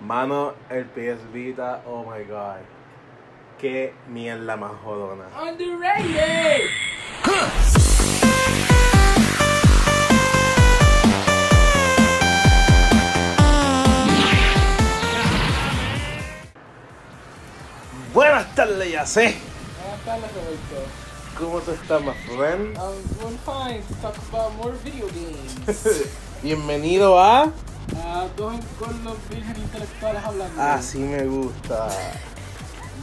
Mano, el PS Vita, oh my god. Qué mierda más jodona. Underrated. Buenas tardes, ya sé. Buenas tardes, Roberto. ¿Cómo tú estás, my friend? I'm doing fine to talk about more video games. Bienvenido a. Ah, dos los virgen intelectuales hablando. Así me gusta.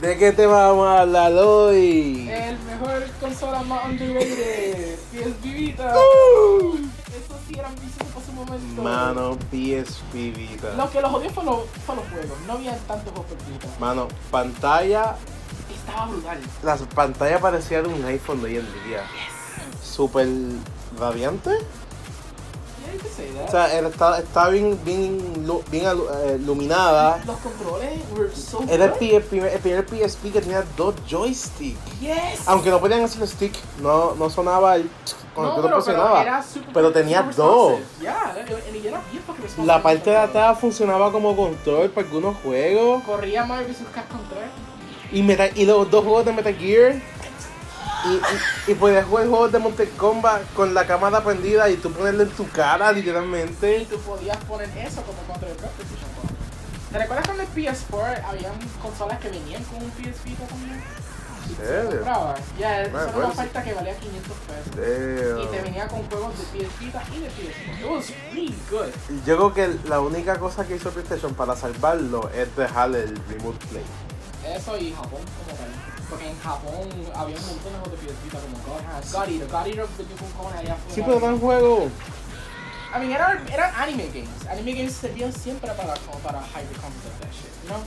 ¿De qué te vamos a hablar hoy? El mejor consola más underrated. PS Vita. Uh. Eso sí era ambicioso por su momento. Mano, PSP Vita. Lo que los jodió fue, lo- fue los juegos. No había tantos juegos por Vita. Mano, pantalla. Estaba brutal. Las pantallas parecían un iPhone de hoy en día. Super radiante. Yeah, you can say that. O sea, era- estaba, estaba bien, bien, lu- bien alu- eh, iluminada. los controles were so Era el, good. pi- el primer, el primer PSP que tenía dos joysticks. Yes. Aunque no podían hacer el stick, no, no sonaba el cuando No, tú lo pero, pero, presionabas. era super, Pero tenía super dos. responsive. Yeah, and- y era bien fucking responsive. La parte de atrás funcionaba como control para algunos juegos. Corría Mario vs. Capcom 3. Y, Metal- y los dos juegos de Metal Gear. Y, y, y podías jugar juegos de Mortal Kombat con la cámara prendida y tú ponerlo en tu cara, Y literalmente. tú podías poner eso como control de PlayStation 4. ¿Te recuerdas cuando el PS4 habían consolas que venían con un PS Vita también? serio? Ya, eso Me era una acuerdo. oferta que valía 500 pesos. Y te venía con juegos de PS Vita y de PS4. It was really good. Yo creo que la única cosa que hizo PlayStation para salvarlo es dejar el Remote Play. Eso y Japón como tal. Porque en Japón había un montón de juegos de PS Vita como God Hand, God Eater, God Eater, que yo con cojones allá afuera. Sí, pero eran juegos. I mean, eran, eran anime games. Anime games servían siempre para, como para hide the concept of that shit, you know?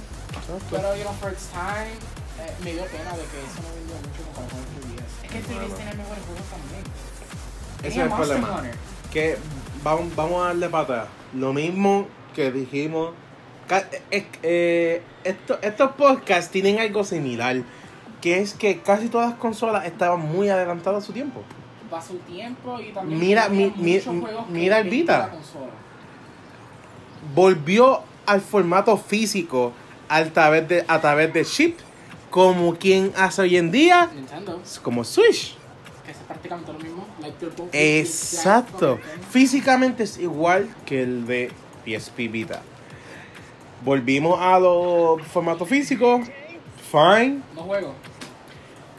Pues Pero, you know, first time, eh, me dio pena de que eso no vendió mucho comparado con el 3DS. Es que el 3DS tenía mejores juegos también. Ese es Tenía el Monster problema. Hunter. que vamos, vamos a darle para atrás. Lo mismo que dijimos. Ca- es- eh, esto- estos podcasts tienen algo similar, que es que casi todas las consolas estaban muy adelantadas a su tiempo. Va su tiempo y también Mira, había mi- mi- muchos juegos que mira el vendía Vita. la consola. Volvió al formato físico a través de, a través de chip, como quien hace hoy en día, Nintendo, como Switch. que es prácticamente lo mismo. Like they're both the exact Exacto. fucking thing. Físicamente es igual que el de PSP Vita. Volvimos a los formatos físicos. Fine. No juego.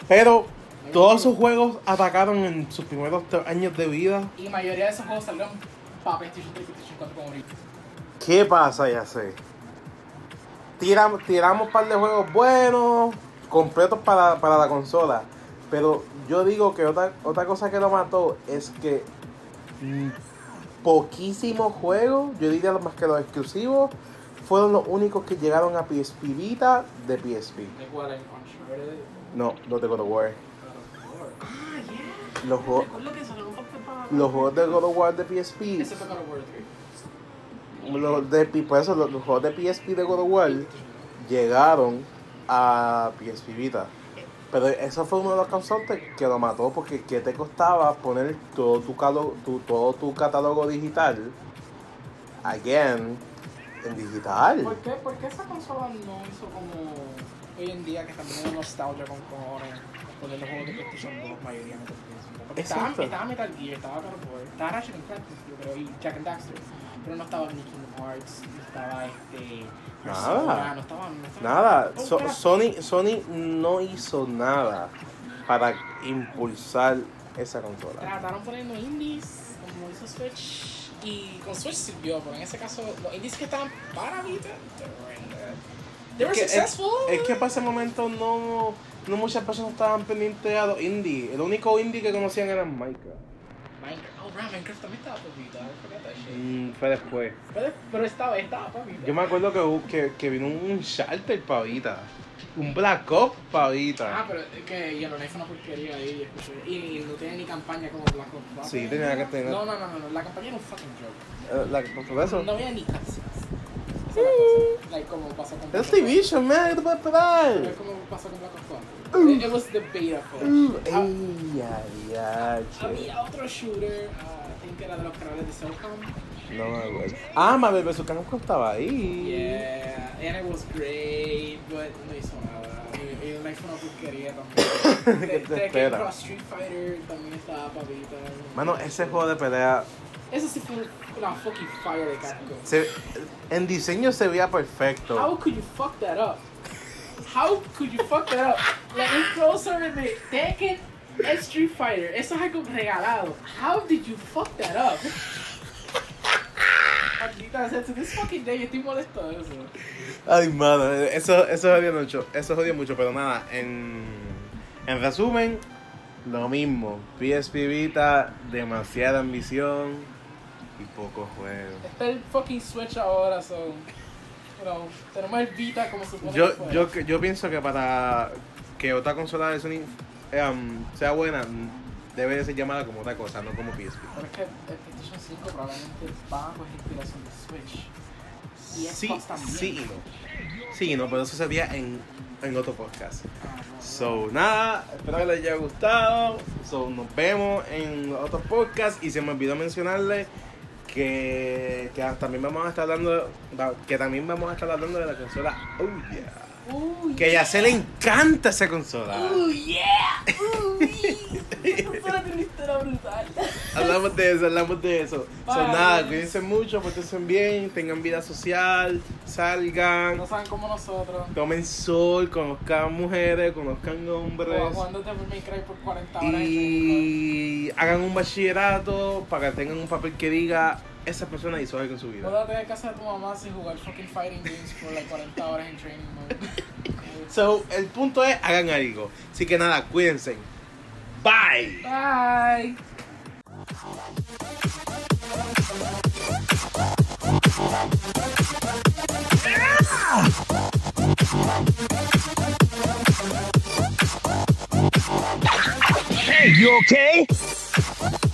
Pero todos sus juegos atacaron en sus primeros tres años de vida. Y la mayoría de esos juegos salieron para PlayStation 3 y PlayStation 4 como ahorita. ¿Qué pasa, ya sé? Tiramos, tiramos un par de juegos buenos, completos para, para la consola. Pero yo digo que otra, otra cosa que lo mató es que mm, poquísimos juegos, yo diría los más que los exclusivos, fueron los únicos que llegaron a PSP Vita de PSP. Like what, like Uncharted, No, los de God of War. God of War. Los, juegos- Recuerdo que salió un poco para- los juegos de God of War de PSP Ese fue God of War 3. Los de, P- por eso los, los juegos de PSP de God of War llegaron a PSP Vita. Pero eso fue uno de los causantes que lo mató porque ¿qué te costaba poner todo tu, calo- tu- todo tu catálogo digital, again, en digital? ¿Por qué? ¿Por qué esa consola no hizo como hoy en día que también es nostalgia né? con cojones? Porque los juegos Tá de PlayStation 2 mayoría no tenían né? Porque estaba, Exacto. estaba Metal Gear, estaba God of War, estaba Ratchet and Clank, né? yo creo, y Jack and Daxter. Pero no estaba ni Kingdom Hearts, no estaba este. Persona, Nada. No estaba, no estaba- Nada, todo So- era- Sony, Sony no hizo nada para impulsar esa consola. Trataron poniendo indies, como hizo Switch, y con Switch sirvió, pero en ese caso, los indies que estaban para Vita, they were in the- they Es were É que- successful. Es que para ese momento no, no muchas personas estaban pendientes a los indie. El único indie que conocían era Minecraft. Minecraft, oh, right, Minecraft también estaba por Vita, I forgot that shit. Mm, fue después. Pero, pero estaba, estaba por Vita. Yo me acuerdo que, hu- que, que vino un Charter pavita. Un Black Ops Ah, pavita. pero es que y el Life fue una porquería ahí, escuché, y no tenía ni campaña como Black Ops 4. Sí, tenía que tener- No, no, no, no, no, la campaña era un fucking Eh, joke. la- por eso. Uh. No había ni casi. Like, como pasó con Es Black Ops Activision, man, ¿qué te puedes esperar? Fue como pasó con Black Ops Uh. 4. It, it was the beta for Mm, Ah, ey, ay, ay, che. Había otro shooter, ah, I think era de los canales de Cellcom, No me acuerdo. Ah, Marvel vs. Capcom estaba ahí. Yeah, and it was great, but no hizo nada. Y- y like fue una porquería también. ¿Qué te Tekken espera? Cross Street Fighter tá también estaba papita. Mano, ese juego de pelea. Eso sí fue una fucking fire de Capcom. se- en diseño se veía How perfecto. could you fuck that up? How could you fuck that up? Like, un crossover de Tekken and é Street Fighter. Eso es algo regalado. How did you fuck that up? Maldita sea, to this fucking day, yo estoy molesto de eso. Ay, mano, eso, eso odio mucho. Eso odio mucho, pero nada. En, en resumen, lo mismo. PSP Vita, demasiada ambición y poco juego. Está el É fucking Switch ahora, so. You know, tenemos el Vita como se um supone que Yo, fuera. yo, yo pienso que para que otra consola de Sony em, sea buena, debe de ser llamada como otra cosa, no como PSP. Pero es que el PlayStation 5 probablemente va a coger inspiración de Switch. Y Sí, Xbox también. sí y no. Sí y no, pero eso sería en, en otro podcast. Ah, no, no. So, nada, espero que les haya gustado. So, nos vemos en otros podcasts. Y se me olvidó mencionarles que, que también vamos a estar hablando que también vamos a estar hablando de la consola oh yeah, Uy, que a Yacel le encanta esa consola ¡Uh, yeah! ¡Uh, Solo tiene una historia brutal. Hablamos de eso, hablamos de eso. Bye. So, nada, cuídense mucho, pórtense bien, tengan vida social, salgan, No saben cómo nosotros. tomen sol, conozcan mujeres, conozcan hombres. Jugando Devil May Cry por 40 horas. Y hagan un bachillerato para que tengan un papel que diga esa persona hizo algo en su No vida. te tener casa de tu mamá sin jugar fucking fighting games por like 40 horas en training mode. So, el punto es, hagan algo. Así que nada, cuídense. Bye. Bye. Hey, you okay?